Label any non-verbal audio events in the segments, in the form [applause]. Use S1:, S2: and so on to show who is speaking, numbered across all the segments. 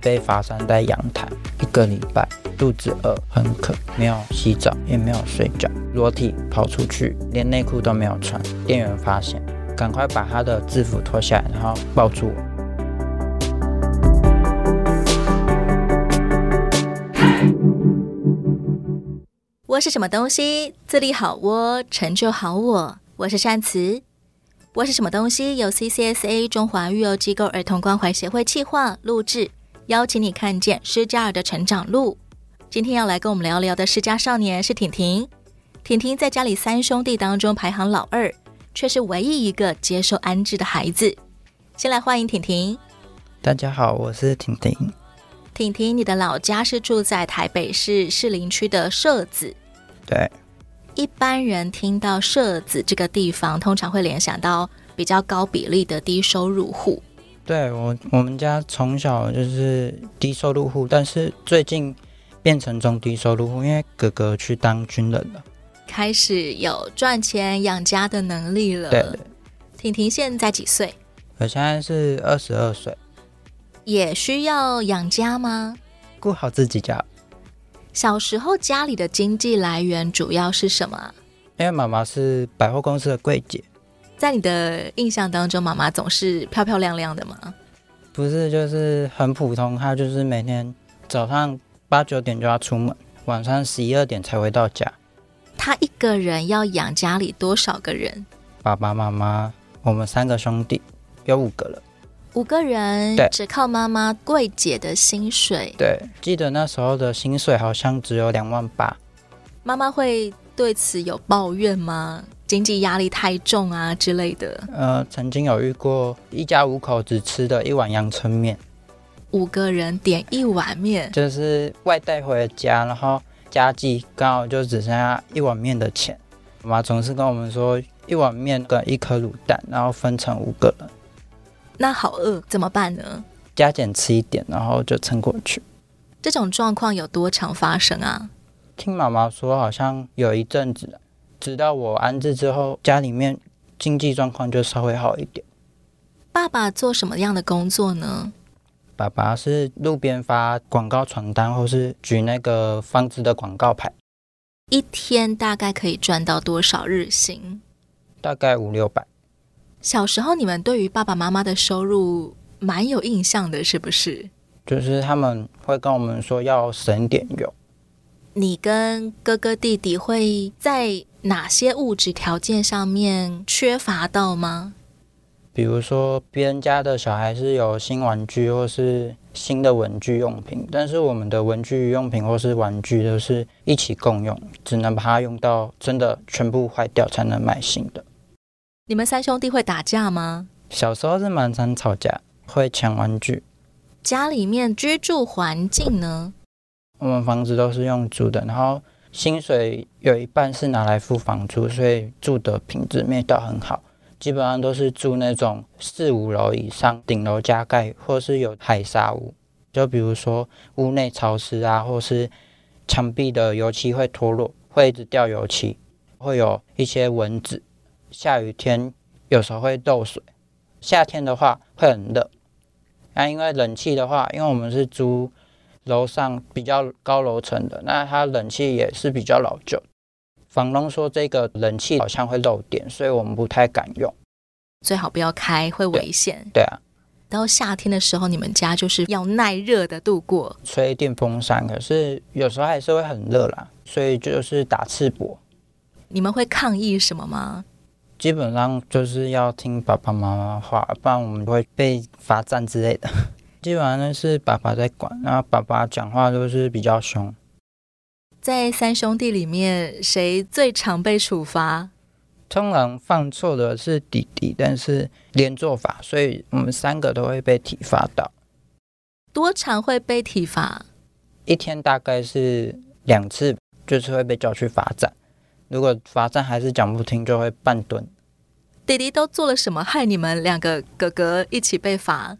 S1: 被罚站在阳台一个礼拜，肚子饿，很渴，没有洗澡，也没有睡觉，裸体跑出去，连内裤都没有穿。店员发现，赶快把他的制服脱下来，然后抱住我。
S2: 窝是什么东西？自立好窝，成就好我。我是善慈。窝是什么东西？由 CCSA 中华育幼机构儿童关怀协会企划录制，邀请你看见施加尔的成长路。今天要来跟我们聊聊的施家少年是婷婷。婷婷在家里三兄弟当中排行老二，却是唯一一个接受安置的孩子。先来欢迎婷婷。
S1: 大家好，我是婷婷。
S2: 婷婷，你的老家是住在台北市士林区的社子。
S1: 对，
S2: 一般人听到社子这个地方，通常会联想到比较高比例的低收入户。
S1: 对我我们家从小就是低收入户，但是最近变成中低收入户，因为哥哥去当军人了。
S2: 开始有赚钱养家的能力了。
S1: 对，
S2: 婷婷现在几岁？
S1: 我现在是二十二岁，
S2: 也需要养家吗？
S1: 顾好自己家，
S2: 小时候家里的经济来源主要是什么啊？
S1: 因为妈妈是百货公司的柜姐，
S2: 在你的印象当中，妈妈总是漂漂亮亮的吗？
S1: 不是就是很普通，她就是每天早上八九点就要出门，晚上十一二点才回到家。
S2: 她一个人要养家里多少个人？
S1: 爸爸妈妈，我们三个兄弟，有五个了。
S2: 五个人
S1: 对，
S2: 只靠妈妈柜姐的薪水，
S1: 对，记得那时候的薪水好像只有两万八。
S2: 妈妈会对此有抱怨吗？经济压力太重啊之类的。
S1: 呃，曾经有遇过一家五口只吃的一碗阳春面，
S2: 五个人点一碗面，
S1: 就是外带回家，然后家计刚好就只剩下一碗面的钱。我妈总是跟我们说，一碗面跟一颗卤蛋，然后分成五个人，
S2: 那好饿，怎么办呢？
S1: 加减吃一点，然后就撑过去。
S2: 这种状况有多常发生啊？
S1: 听妈妈说，好像有一阵子，直到我安置之后，家里面经济状况就稍微好一点。
S2: 爸爸做什么样的工作呢？
S1: 爸爸是路边发广告传单，或是举那个房子的广告牌，
S2: 一天大概可以赚到多少日薪？
S1: 大概五六百。
S2: 小时候你们对于爸爸妈妈的收入蛮有印象的，是不是？
S1: 就是他们会跟我们说要省点油，
S2: 你跟哥哥弟弟会在哪些物质条件上面缺乏到吗？
S1: 比如说别人家的小孩是有新玩具或是新的文具用品，但是我们的文具用品或是玩具都是一起共用，只能把它用到真的全部坏掉才能买新的。
S2: 你们三兄弟会打架吗？
S1: 小时候是蛮常吵架，会抢玩具。
S2: 家里面居住环境呢？
S1: 我们房子都是用租的，然后薪水有一半是拿来付房租，所以住的品质没到很好，基本上都是住那种四五楼以上，顶楼加盖或是有海沙屋，就比如说屋内潮湿啊，或是墙壁的油漆会脱落，会一直掉油漆，会啊有一些蚊子，下雨天有时候会漏水，夏天的话会很热。那、因为冷气的话，因为我们是租楼上比较高楼层的，那它冷气也是比较老旧。房东说这个冷气好像会漏电，所以我们不太敢用。
S2: 最好不要开，会危险。
S1: 对啊，
S2: 到夏天的时候，你们家就是要耐热的度过。
S1: 吹电风扇，可是有时候还是会很热啦，所以就是打赤膊，
S2: 你们会抗议什么吗？
S1: 基本上就是要听爸爸妈妈话，不然我们会被罚站之类的。 [laughs] 基本上都是爸爸在管，然后爸爸讲话都是比较凶。
S2: 在三兄弟里面，谁最常被处罚？
S1: 通常犯错的是弟弟，但是连坐法，所以我们三个都会被体罚到。
S2: 多常会被体罚？
S1: 一天大概是两次，就是会被叫去罚站。如果罚站还是讲不听，就会半蹲。
S2: 弟弟都做了什么，害你们两个哥哥一起被罚？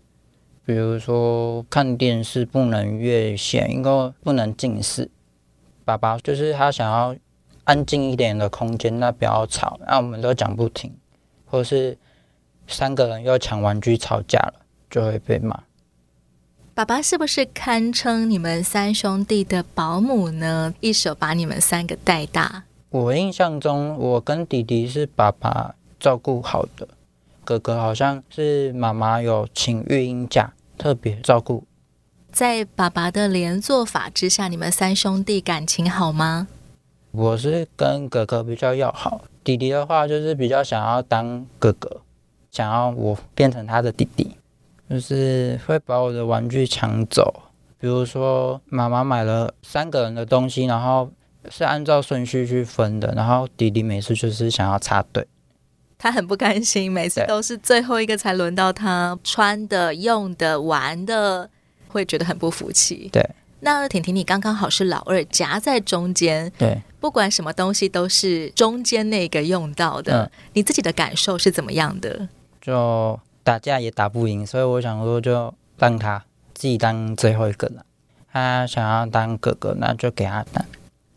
S1: 比如说看电视不能越线，因为不能近视。爸爸就是他想要安静一点的空间，那不要吵，那我们都讲不听，或是三个人又抢玩具吵架了，就会被骂。
S2: 爸爸是不是堪称你们三兄弟的保姆呢？一手把你们三个带大。
S1: 我印象中，我跟弟弟是爸爸照顾好的，哥哥好像是妈妈有请育婴假，特别照顾。
S2: 在爸爸的连坐法之下，你们三兄弟感情好吗？
S1: 我是跟哥哥比较要好，弟弟的话就是比较想要当哥哥，想要我变成他的弟弟，就是会把我的玩具抢走。比如说，妈妈买了三个人的东西，然后是按照顺序去分的，然后弟弟每次就是想要插队。
S2: 他很不甘心，每次
S1: 对
S2: 都是最后一个才轮到他穿的、用的、玩的，会觉得很不服气。
S1: 对，
S2: 那婷婷，你刚刚好是老二，夹在中间，
S1: 对，
S2: 不管什么东西都是中间那个用到的。
S1: 嗯
S2: 你自己的感受是怎么样的？
S1: 就打架也打不赢，所以我想说就让他自己当最后一个了。他想要当哥哥，那就给他当。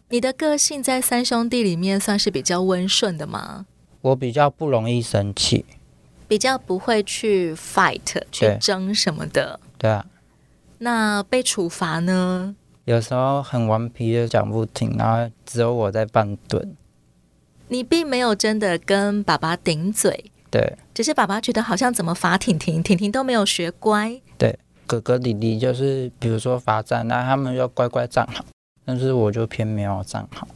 S2: 你的个性在三兄弟里面算是比较温顺的吗？
S1: 我比较不容易生气，
S2: 比较不会去 fight 去
S1: 对
S2: 争什么的。
S1: 对啊，
S2: 那被处罚呢？
S1: 有时候很顽皮的讲不听，然后只有我在半蹲。
S2: 你并没有真的跟爸爸顶嘴，
S1: 对，
S2: 只是爸爸觉得好像怎么罚婷婷，婷婷都没有学乖。
S1: 哥哥弟弟就是比如说罚站，那他们要乖乖站好，但是我就偏没有站好。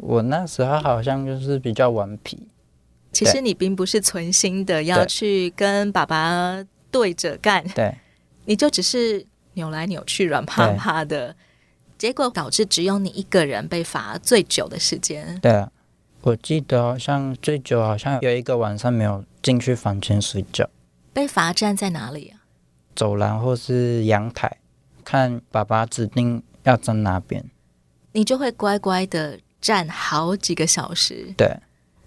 S1: 我那时候好像就是比较顽皮，
S2: 其实你并不是存心的要
S1: 对
S2: 去跟爸爸对着干，
S1: 对
S2: 你就只是扭来扭去、软趴趴的，结果导致只有你一个人被罚最久的时间。
S1: 对啊。我记得好像最久好像有一个晚上没有进去房间睡觉。
S2: 被罚站在哪里啊？
S1: 走廊或是阳台，看爸爸指定要站哪边。
S2: 你就会乖乖的站好几个小时。
S1: 对，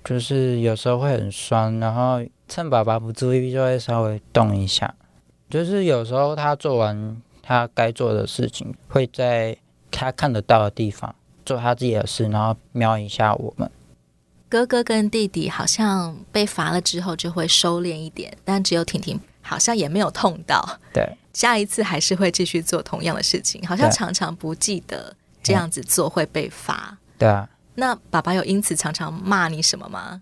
S1: 就是有时候会很酸，然后趁爸爸不注意就会稍微动一下。就是有时候他做完他该做的事情，会在他看得到的地方做他自己的事，然后瞄一下我们。
S2: 哥哥跟弟弟好像被罚了之后就会收敛一点，但只有婷婷好像也没有痛到，
S1: 对
S2: 下一次还是会继续做同样的事情，好像
S1: 对
S2: 常常不记得这样子做会被罚。
S1: 对啊，
S2: 那爸爸有因此常常骂你什么吗？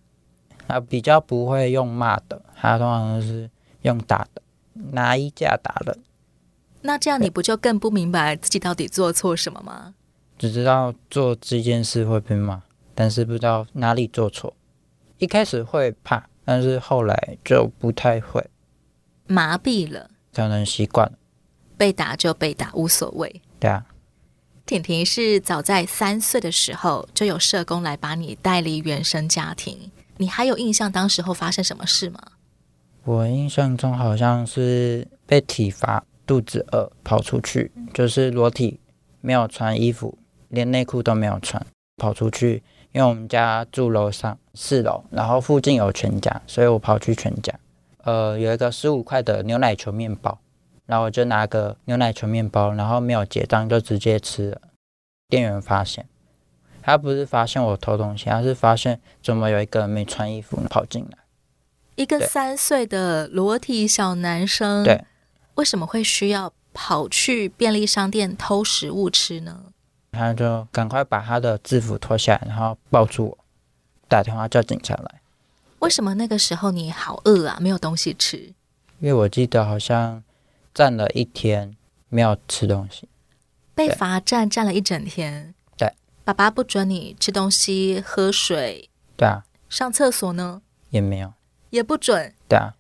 S1: 他比较不会用骂的，他通常都是用打的，拿衣架打人。
S2: 那这样你不就更不明白自己到底做错什么吗？
S1: 只知道做这件事会被骂，但是不知道哪里做错。一开始会怕，但是后来就不太会，
S2: 麻痹了，
S1: 可能习惯了。
S2: 被打就被打，无所谓。
S1: 对啊，
S2: 婷婷是早在三岁的时候就有社工来把你带离原生家庭，你还有印象当时候发生什么事吗？
S1: 我印象中好像是被体罚，肚子饿跑出去，就是裸体，没有穿衣服，连内裤都没有穿，跑出去。因为我们家住楼上四楼，然后附近有全家，所以我跑去全家。呃，有一个十五块的牛奶球面包，然后我就拿个牛奶球面包，然后没有结账就直接吃了。店员发现，他不是发现我偷东西，他是发现怎么有一个人没穿衣服跑进来。
S2: 一个
S1: 对
S2: 三岁的裸体小男生，
S1: 对，
S2: 为什么会需要跑去便利商店偷食物吃呢？
S1: 他就赶快把他的制服脱下来，然后抱住我，打电话叫警察来。
S2: 为什么那个时候你好饿啊，没有东西吃？
S1: 因为我记得好像站了一天没有吃东西，
S2: 被
S1: 对
S2: 罚站站了一整天。
S1: 对，
S2: 爸爸不准你吃东西、喝水、
S1: 对啊，
S2: 上厕所呢，
S1: 也没有，
S2: 也不准。
S1: 对啊，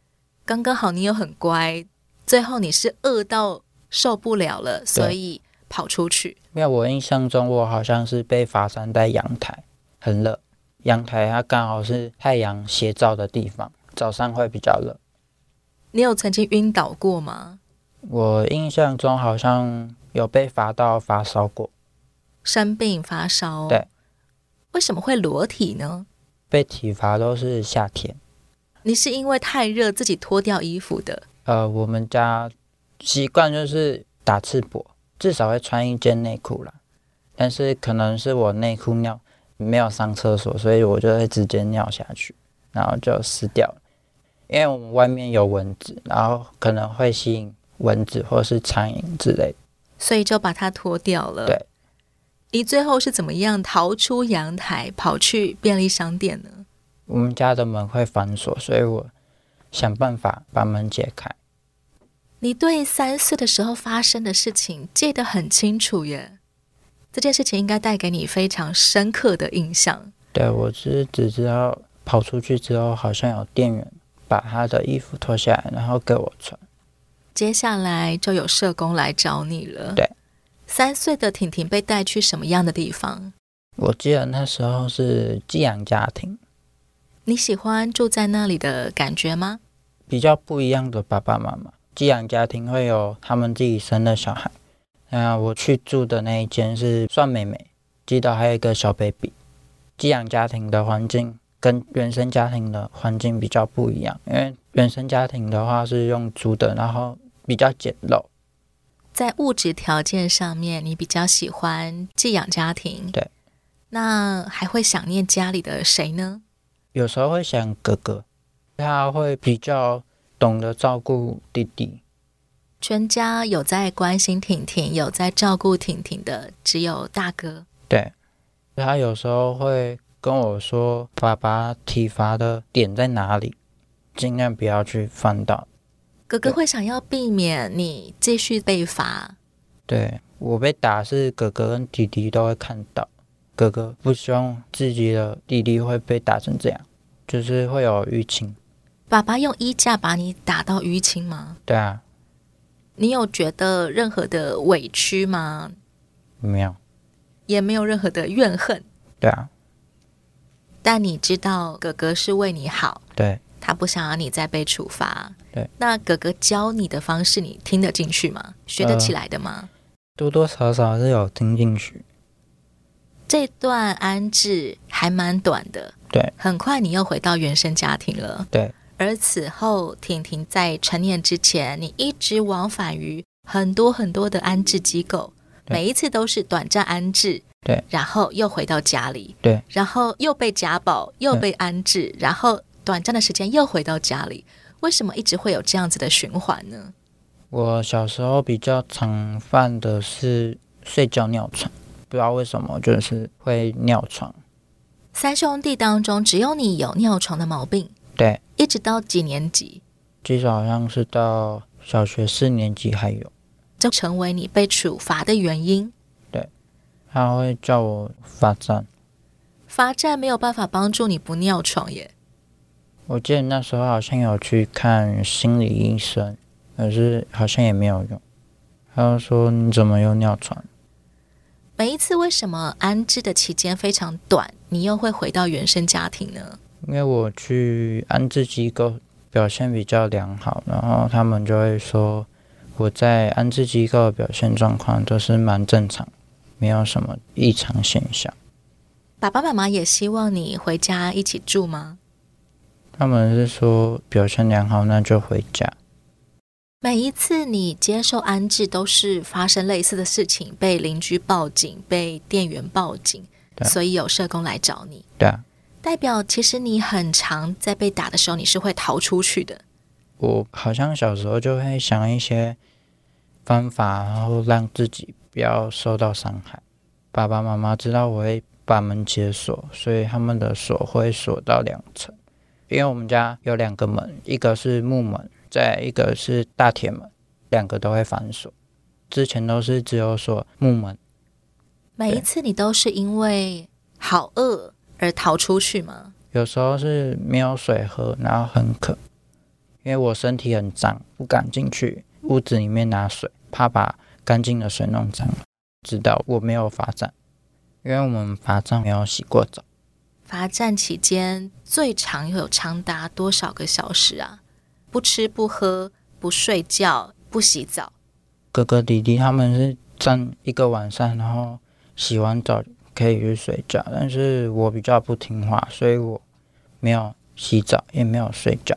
S2: 刚刚好你又很乖，最后你是饿到受不了了，所以跑出去。
S1: 因为我印象中我好像是被罚站在阳台，很热，阳台它刚好是太阳斜照的地方，早上会比较热。
S2: 你有曾经晕倒过吗？
S1: 我印象中好像有被罚到发烧过，
S2: 生病发烧？
S1: 对。
S2: 为什么会裸体呢？
S1: 被体罚都是夏天。
S2: 你是因为太热自己脱掉衣服的，
S1: 呃，我们家习惯就是打赤膊，至少会穿一件内裤啦。但是可能是我内裤尿没有上厕所，所以我就会直接尿下去，然后就湿掉了。因为我们外面有蚊子，然后可能会吸引蚊子或是苍蝇之类的。
S2: 所以就把它脱掉了。
S1: 对，
S2: 你最后是怎么样逃出阳台，跑去便利商店呢？
S1: 我们家的门会反锁，所以我想办法把门解开。
S2: 你对三岁的时候发生的事情记得很清楚耶，这件事情应该带给你非常深刻的印象。
S1: 对我只是只知道跑出去之后，好像有店员把他的衣服脱下来，然后给我穿。
S2: 接下来就有社工来找你了。
S1: 对，
S2: 三岁的婷婷被带去什么样的地方？
S1: 我记得那时候是寄养家庭，
S2: 你喜欢住在那里的感觉吗？
S1: 比较不一样的爸爸妈妈。寄养家庭会有他们自己生的小孩，那我去住的那一间是算妹妹，记得还有一个小 baby。寄养家庭的环境跟原生家庭的环境比较不一样，因为原生家庭的话是用租的，然后比较简陋。
S2: 在物质条件上面，你比较喜欢寄养家庭。
S1: 对，
S2: 那还会想念家里的谁呢？
S1: 有时候会想哥哥，他会比较懂得照顾弟弟。
S2: 全家有在关心婷婷，有在照顾婷婷的，只有大哥。
S1: 对，他有时候会跟我说爸爸体罚的点在哪里，尽量不要去犯到。
S2: 哥哥
S1: 对
S2: 会想要避免你继续被罚，
S1: 对我被打是哥哥跟弟弟都会看到，哥哥不希望自己的弟弟会被打成这样，就是会有淤青。
S2: 爸爸用衣架把你打到淤青吗？
S1: 对啊，
S2: 你有觉得任何的委屈吗？
S1: 没有，
S2: 也没有任何的怨恨，
S1: 对啊，
S2: 但你知道哥哥是为你好，
S1: 对，
S2: 他不想要你再被处罚。
S1: 对，
S2: 那哥哥教你的方式，你听得进去吗？学得起来的
S1: 呃
S2: 吗？
S1: 多多少少是有听进去。
S2: 这段安置还蛮短的，
S1: 对，
S2: 很快你又回到原生家庭了。
S1: 对，
S2: 而此后，婷婷在成年之前，你一直往返于很多很多的安置机构，
S1: 对
S2: 每一次都是短暂安置，
S1: 对，
S2: 然后又回到家里，
S1: 对，
S2: 然后又被家暴，又被安置，然后短暂的时间又回到家里。为什么一直会有这样子的循环呢？
S1: 我小时候比较常犯的是睡觉尿床，不知道为什么就是会尿床。
S2: 三兄弟当中，只有你有尿床的毛病，
S1: 对，
S2: 一直到几年级，
S1: 至少好像是到小学四年级还有，
S2: 这成为你被处罚的原因。
S1: 他会叫我罚站。
S2: 罚站没有办法帮助你不尿床耶。
S1: 我记得那时候好像有去看心理医生，可是好像也没有用。他就说你怎么又尿床？
S2: 每一次为什么安置的期间非常短，你又会回到原生家庭呢？
S1: 因为我去安置机构表现比较良好，然后他们就会说我在安置机构的表现状况都是蛮正常，没有什么异常现象。
S2: 爸爸妈妈也希望你回家一起住吗？
S1: 他们是说表现良好那就回家。
S2: 每一次你接受安置，都是发生类似的事情，被邻居报警，被店员报警，
S1: 对
S2: 所以有社工来找你，
S1: 对啊，
S2: 代表其实你很常在被打的时候，你是会逃出去的。
S1: 我好像小时候就会想一些方法，然后让自己不要受到伤害。爸爸妈妈知道我会把门解锁，所以他们的锁会锁到两层，因为我们家有两个门，一个是木门，再一个是大铁门，两个都会反锁。之前都是只有锁木门，
S2: 每一次你都是因为好饿而逃出去吗？
S1: 有时候是没有水喝，然后很渴，因为我身体很脏，不敢进去屋子里面拿水，怕把干净的水弄脏了。直到我没有罚站，因为我们罚站没有洗过澡，
S2: 罚站期间最长有长达多少个小时啊？不吃不喝不睡觉不洗澡，
S1: 哥哥弟弟他们是站一个晚上，然后洗完澡可以去睡觉，但是我比较不听话，所以我没有洗澡，也没有睡觉。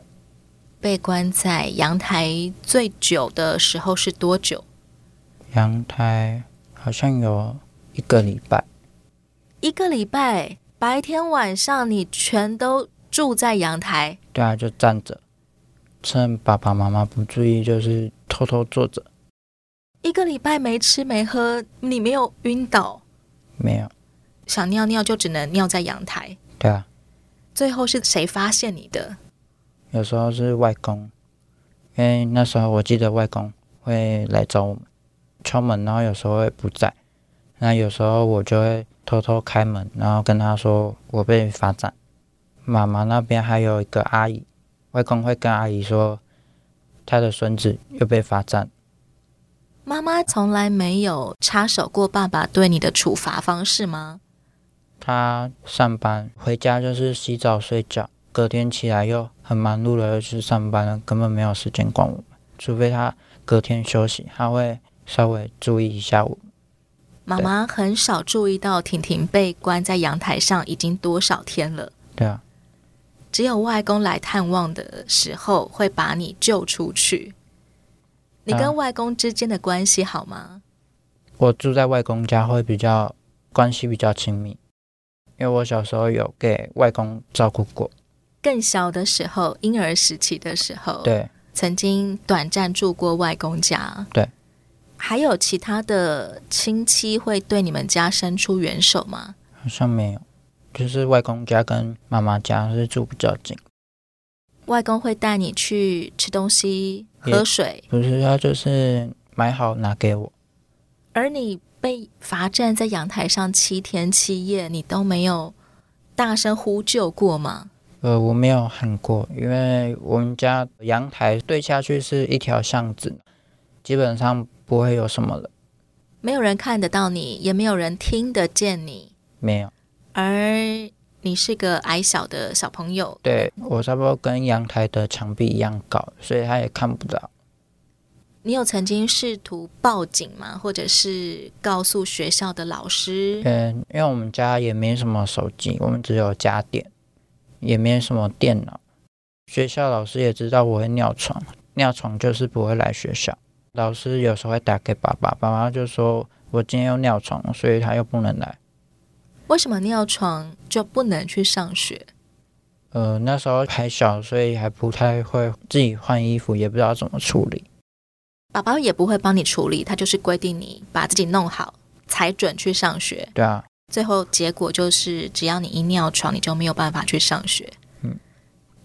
S2: 被关在阳台最久的时候是多久？
S1: 阳台好像有一个礼拜，
S2: 一个礼拜，白天晚上你全都住在阳台，
S1: 对啊，就站着，趁爸爸妈妈不注意，就是偷偷坐着，
S2: 一个礼拜没吃没喝，你没有晕倒，
S1: 没有，
S2: 想尿尿就只能尿在阳台。
S1: 对啊，
S2: 最后是谁发现你的？
S1: 有时候是外公，因为那时候我记得外公会来找我们，敲门，然后有时候会不在，那有时候我就会偷偷开门，然后跟他说我被罚站。妈妈那边还有一个阿姨，外公会跟阿姨说，他的孙子又被罚站。
S2: 妈妈从来没有插手过爸爸对你的处罚方式吗？
S1: 他上班回家就是洗澡睡觉，隔天起来又很忙碌了，又去上班了，根本没有时间管我们。除非他隔天休息，他会稍微注意一下我。
S2: 妈妈很少注意到婷婷被关在阳台上已经多少天了，
S1: 对啊，
S2: 只有外公来探望的时候会把你救出去。你
S1: 啊
S2: 跟外公之间的关系好吗？
S1: 我住在外公家会比较关系比较亲密，因为我小时候有给外公照顾过。
S2: 更小的时候，婴儿时期的时候，
S1: 对，
S2: 曾经短暂住过外公家。
S1: 对，
S2: 还有其他的亲戚会对你们家伸出援手吗？
S1: 好像没有，就是外公家跟妈妈家是住比较近，
S2: 外公会带你去吃东西、
S1: 也
S2: 喝水，
S1: 不是他就是买好拿给我。
S2: 而你被罚站在阳台上七天七夜，你都没有大声呼救过吗？
S1: 呃，我没有喊过，因为我们家阳台对下去是一条巷子，基本上不会有什么人，
S2: 没有人看得到你，也没有人听得见你，
S1: 没有。
S2: 而你是个矮小的小朋友，
S1: 对我差不多跟阳台的墙壁一样高，所以他也看不到。
S2: 你有曾经试图报警吗？或者是告诉学校的老师？
S1: 嗯，因为我们家也没什么手机，我们只有家电，也没什么电脑。学校老师也知道我会尿床，尿床就是不会来学校。老师有时候会打给爸爸，爸爸就说我今天又尿床，所以他又不能来。
S2: 为什么尿床就不能去上学？
S1: 呃，那时候还小，所以还不太会自己换衣服，也不知道怎么处理。
S2: 爸爸也不会帮你处理，他就是规定你把自己弄好才准去上学。
S1: 对啊，
S2: 最后结果就是，只要你一尿床，你就没有办法去上学。
S1: 嗯，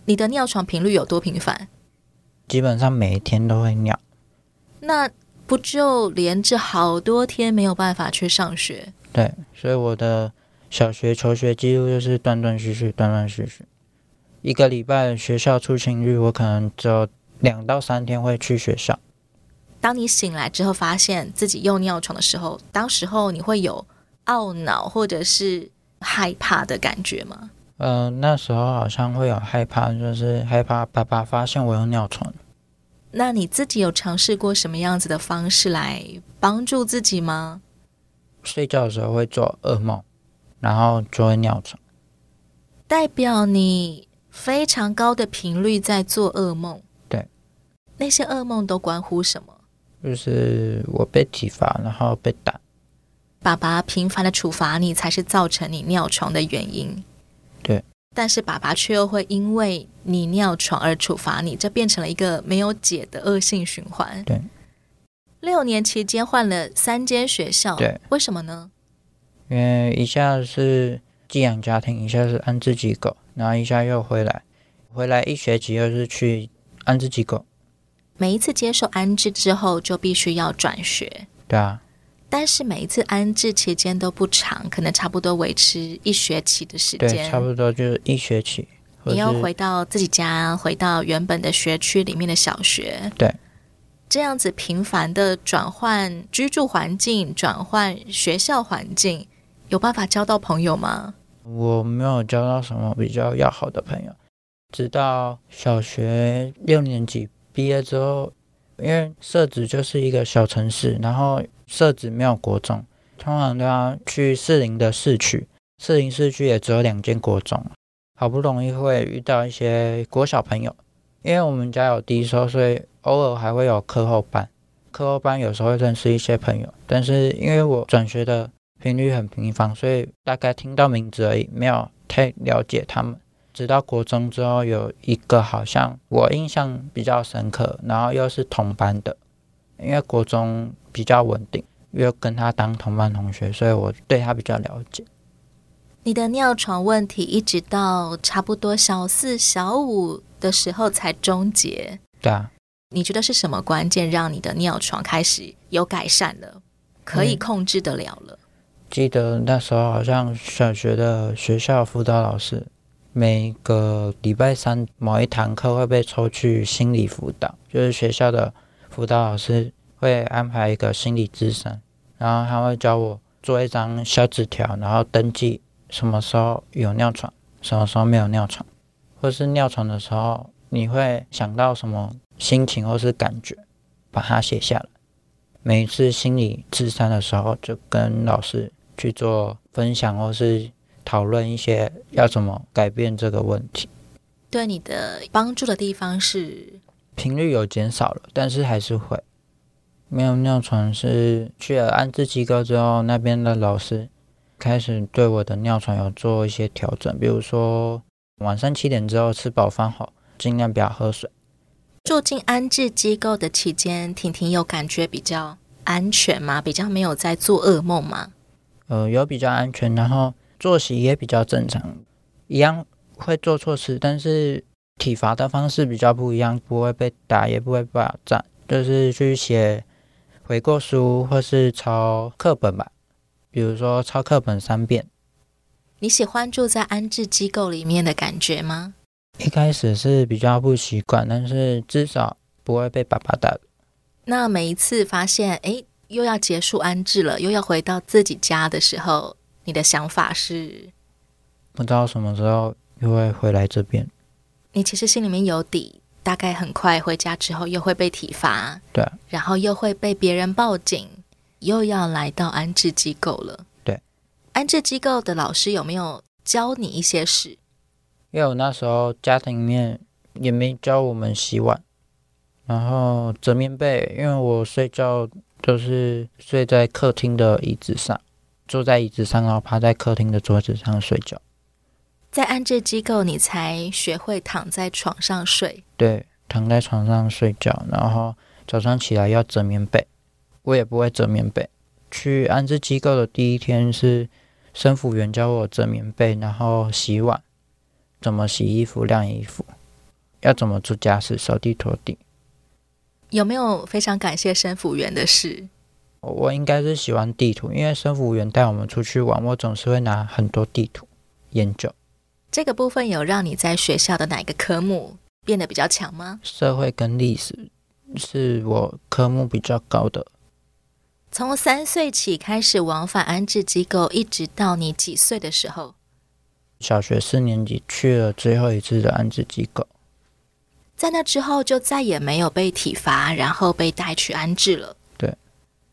S2: 你的尿床频率有多频繁？
S1: 基本上每一天都会尿。
S2: 那不就连着好多天没有办法去上学？
S1: 对，所以我的小学求学记录就是断断续续，断断续续。一个礼拜学校出勤日，我可能只有两到三天会去学校。
S2: 当你醒来之后，发现自己又尿床的时候，当时候你会有懊恼或者是害怕的感觉吗？
S1: 呃，那时候好像会有害怕，就是害怕爸爸发现我有尿床。
S2: 那你自己有尝试过什么样子的方式来帮助自己吗？
S1: 睡觉的时候会做噩梦，然后就会尿床。
S2: 代表你非常高的频率在做噩梦。
S1: 对，
S2: 那些噩梦都关乎什么？
S1: 就是我被体罚，然后被打。
S2: 爸爸频繁的处罚你，才是造成你尿床的原因。
S1: 对，
S2: 但是爸爸却又会因为你尿床而处罚你，这变成了一个没有解的恶性循环。
S1: 对，
S2: 六年期间换了三间学校，
S1: 对，
S2: 为什么呢？
S1: 因为一下是寄养家庭，一下是安置机构，然后一下又回来，回来一学期又是去安置机构，
S2: 每一次接受安置之后，就必须要转学，
S1: 对啊，
S2: 但是每一次安置期间都不长，可能差不多维持一学期的时
S1: 对，
S2: 间
S1: 差。不多就是一学期，或
S2: 你
S1: 是
S2: 要回到自己家，回到原本的学区里面的小学。
S1: 对，
S2: 这样子频繁的转换居住环境，转换学校环境，有办法交到朋友吗？
S1: 我没有交到什么比较要好的朋友，直到小学六年级毕业之后，因为社子就是一个小城市，然后社子没有国中，通常都要去士林的市区，士林市区也只有两间国中，好不容易会遇到一些国小朋友，因为我们家有低收，所以偶尔还会有课后班，课后班有时候会认识一些朋友，但是因为我转学的频率很频繁，所以大概听到名字而已，没有太了解他们。直到国中之后，有一个好像我印象比较深刻，然后又是同班的，因为国中比较稳定，因为跟他当同班同学，所以我对他比较了解。
S2: 你的尿床问题一直到差不多小四、小五的时候才终结。
S1: 对啊，
S2: 你觉得是什么关键让你的尿床开始有改善了，可以
S1: 嗯
S2: 控制得了了？
S1: 记得那时候好像小学的学校辅导老师，每个礼拜三某一堂课会被抽去心理辅导，就是学校的辅导老师会安排一个心理咨询，然后他会教我做一张小纸条，然后登记什么时候有尿床，什么时候没有尿床，或是尿床的时候你会想到什么心情或是感觉，把它写下来。每一次心理咨商的时候，就跟老师去做分享或是讨论一些要怎么改变这个问题。
S2: 对你的帮助的地方是，
S1: 频率有减少了，但是还是会没有尿床是去了安置机构之后，那边的老师开始对我的尿床有做一些调整，比如说晚上七点之后吃饱饭后，尽量不要喝水。
S2: 住进安置机构的期间，婷婷有感觉比较安全吗？比较没有在做噩梦吗？
S1: 呃，有比较安全，然后作息也比较正常，一样会做错事，但是体罚的方式比较不一样，不会被打，也不会被站，就是去写悔过书或是抄课本吧，比如说抄课本三遍。
S2: 你喜欢住在安置机构里面的感觉吗？
S1: 一开始是比较不习惯，但是至少不会被爸爸打。
S2: 那每一次发现，诶，又要结束安置了，又要回到自己家的时候，你的想法是，
S1: 不知道什么时候又会回来这边。
S2: 你其实心里面有底，大概很快回家之后又会被体罚，
S1: 对啊
S2: 然后又会被别人报警，又要来到安置机构了。
S1: 对，
S2: 安置机构的老师有没有教你一些事？
S1: 因为我那时候家庭里面也没教我们洗碗，然后折棉被，因为我睡觉都是睡在客厅的椅子上，坐在椅子上，然后趴在客厅的桌子上睡觉。
S2: 在安置机构，你才学会躺在床上睡。
S1: 对，躺在床上睡觉，然后早上起来要折棉被，我也不会折棉被。去安置机构的第一天是生辅员教我折棉被，然后洗碗，怎么洗衣服、晾衣服，要怎么做家事，扫地、拖地。
S2: 有没有非常感谢生辅员的事？
S1: 我我应该是喜欢地图，因为生服务员带我们出去玩，我总是会拿很多地图研究。
S2: 这个部分有让你在学校的哪个科目变得比较强吗？
S1: 社会跟历史是我科目比较高的，
S2: 从三岁起开始往返安置机构，一直到你几岁的时候，
S1: 小学四年级去了最后一次的安置机构。
S2: 在那之后就再也没有被体罚，然后被带去安置了。
S1: 对，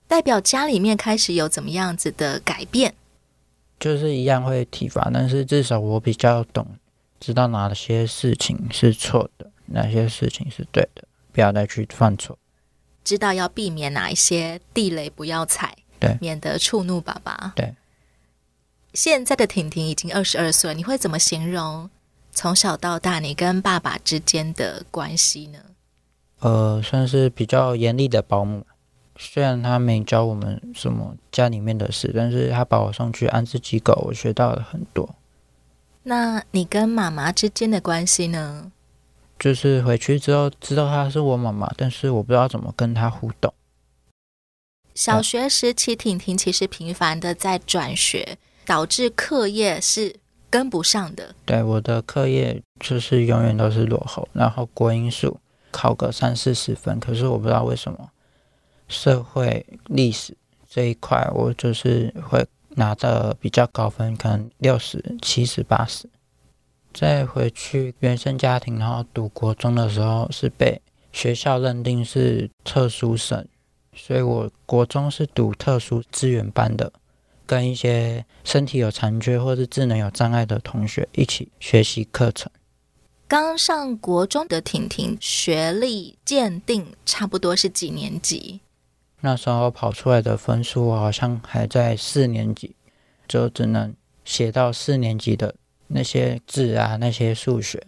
S2: 代表家里面开始有怎么样子的改变？
S1: 就是一样会体罚，但是至少我比较懂，知道哪些事情是错的，哪些事情是对的，不要再去犯错。
S2: 知道要避免哪一些地雷不要踩，
S1: 对
S2: 免得触怒爸爸。
S1: 对，
S2: 现在的婷婷已经二十二岁，你会怎么形容从小到大你跟爸爸之间的关系呢？
S1: 呃，算是比较严厉的保姆，虽然他没教我们什么家里面的事，但是他把我送去安置机构，我学到了很多。
S2: 那你跟妈妈之间的关系呢？
S1: 就是回去之后知道她是我妈妈，但是我不知道怎么跟她互动。
S2: 小学时期，婷婷其实频繁的在转学，导致课业是跟不上的。
S1: 对我的课业就是永远都是落后，然后国英数考个三四十分，可是我不知道为什么社会历史这一块我就是会拿的比较高分，可能六十七十八十。再回去原生家庭，然后读国中的时候是被学校认定是特殊生，所以我国中是读特殊资源班的。跟一些身体有残缺或是智能有障碍的同学一起学习课程。
S2: 刚上国中的婷婷，学历鉴定差不多是几年级？
S1: 那时候跑出来的分数，我好像还在四年级，就只能写到四年级的那些字啊，那些数学。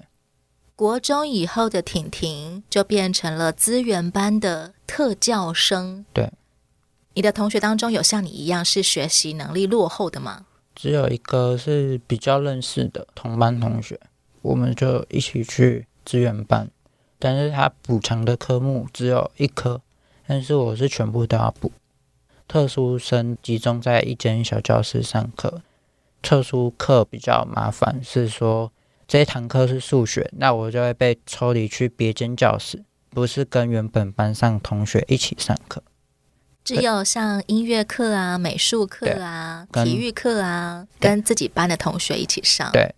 S2: 国中以后的婷婷就变成了资源班的特教生。
S1: 对，
S2: 你的同学当中有像你一样是学习能力落后的吗？
S1: 只有一个是比较认识的同班同学，我们就一起去资源班，但是他补强的科目只有一科，但是我是全部都要补。特殊生集中在一间小教室上课，特殊课比较麻烦，是说这一堂课是数学，那我就会被抽离去别间教室，不是跟原本班上同学一起上课。
S2: 只有像音乐课啊、美术课啊、
S1: 哎对跟
S2: 体育课啊，
S1: 对
S2: 跟自己班的同学一起上。
S1: 对，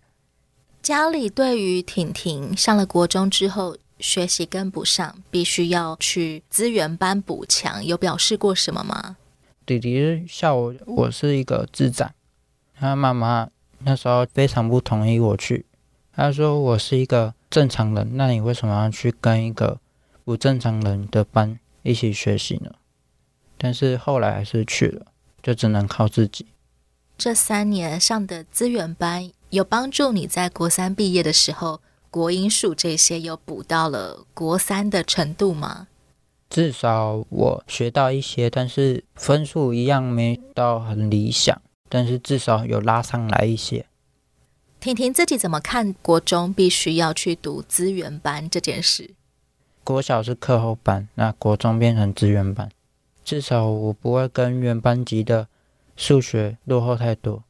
S2: 家里对于婷婷上了国中之后学习跟不上，必须要去资源班补强，有表示过什么吗？
S1: 弟弟笑我，我是一个智障。他妈妈那时候非常不同意我去，他说我是一个正常人，那你为什么要去跟一个不正常人的班一起学习呢？但是后来还是去了，就只能靠自己。
S2: 这三年上的资源班有帮助你在国三毕业的时候，国英数这些有补到了国三的程度吗？
S1: 至少我学到一些，但是分数一样没到很理想，但是至少有拉上来一些。
S2: 婷婷自己怎么看国中必须要去读资源班这件事？
S1: 国小是课后班，那国中变成资源班，至少我不会跟原班级的数学落后太多。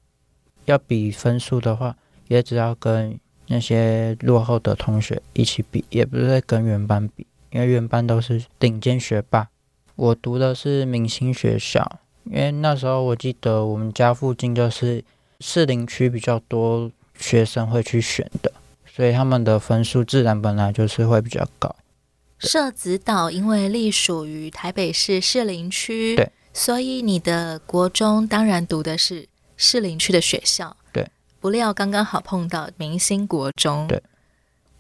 S1: 要比分数的话，也只要跟那些落后的同学一起比，也不是跟原班比，因为原班都是顶尖学霸。我读的是明星学校，因为那时候我记得我们家附近就是士林区比较多学生会去选的，所以他们的分数自然本来就是会比较高。
S2: 社子岛因为隶属于台北市士林区，
S1: 对，
S2: 所以你的国中当然读的是士林区的学校，
S1: 对。
S2: 不料刚刚好碰到明星国中，
S1: 对。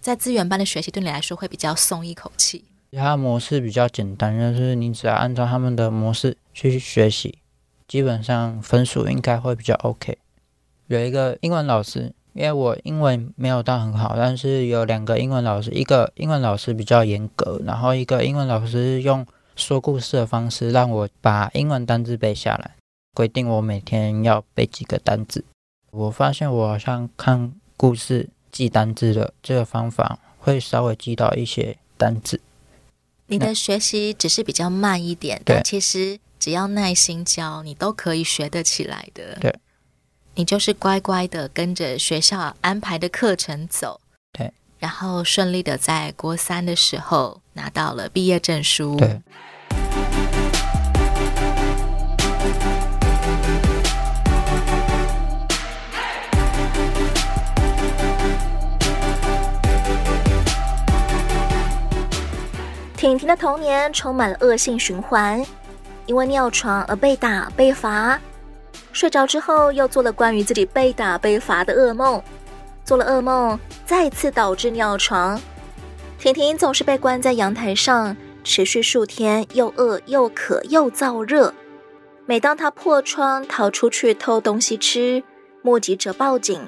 S2: 在资源班的学习对你来说会比较松一口气，
S1: 它的模式比较简单，就是你只要按照他们的模式去学习，基本上分数应该会比较 OK。有一个英文老师，因为我英文没有到很好，但是有两个英文老师，一个英文老师比较严格，然后一个英文老师用说故事的方式让我把英文单字背下来，规定我每天要背几个单字。我发现我好像看故事记单字的这个方法会稍微记到一些单字。
S2: 你
S1: 那
S2: 的学习只是比较慢一点，
S1: 对
S2: 但其实只要耐心教，你都可以学得起来的。
S1: 对，
S2: 你就是乖乖的跟着学校安排的课程走。
S1: 对，
S2: 然后顺利的在国三的时候拿到了毕业证书。
S1: 对，
S3: 婷婷的童年充满了恶性循环，因为尿床而被打被罚，睡着之后又做了关于自己被打被罚的噩梦，做了噩梦再次导致尿床。婷婷总是被关在阳台上，持续数天，又饿又渴又燥热。每当她破窗逃出去偷东西吃，目击者报警，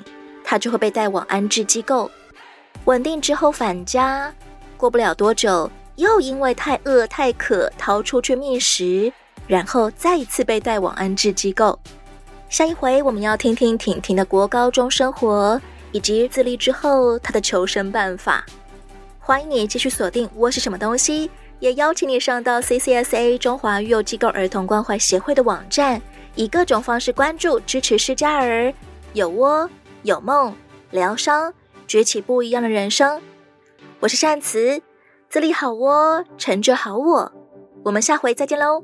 S3: 她就会被带往安置机构。稳定之后返家，过不了多久，又因为太饿太渴逃出去觅食，然后再一次被带往安置机构。下一回我们要听听婷婷的国高中生活，以及自立之后她的求生办法。欢迎你继续锁定《我是什么东西》，也邀请你上到 CCSA 中华育幼机构儿童关怀协会的网站，以各种方式关注支持失家儿，有窝有梦疗伤，崛起不一样的人生。我是善慈，自立好窝，成就好我。我们下回再见喽。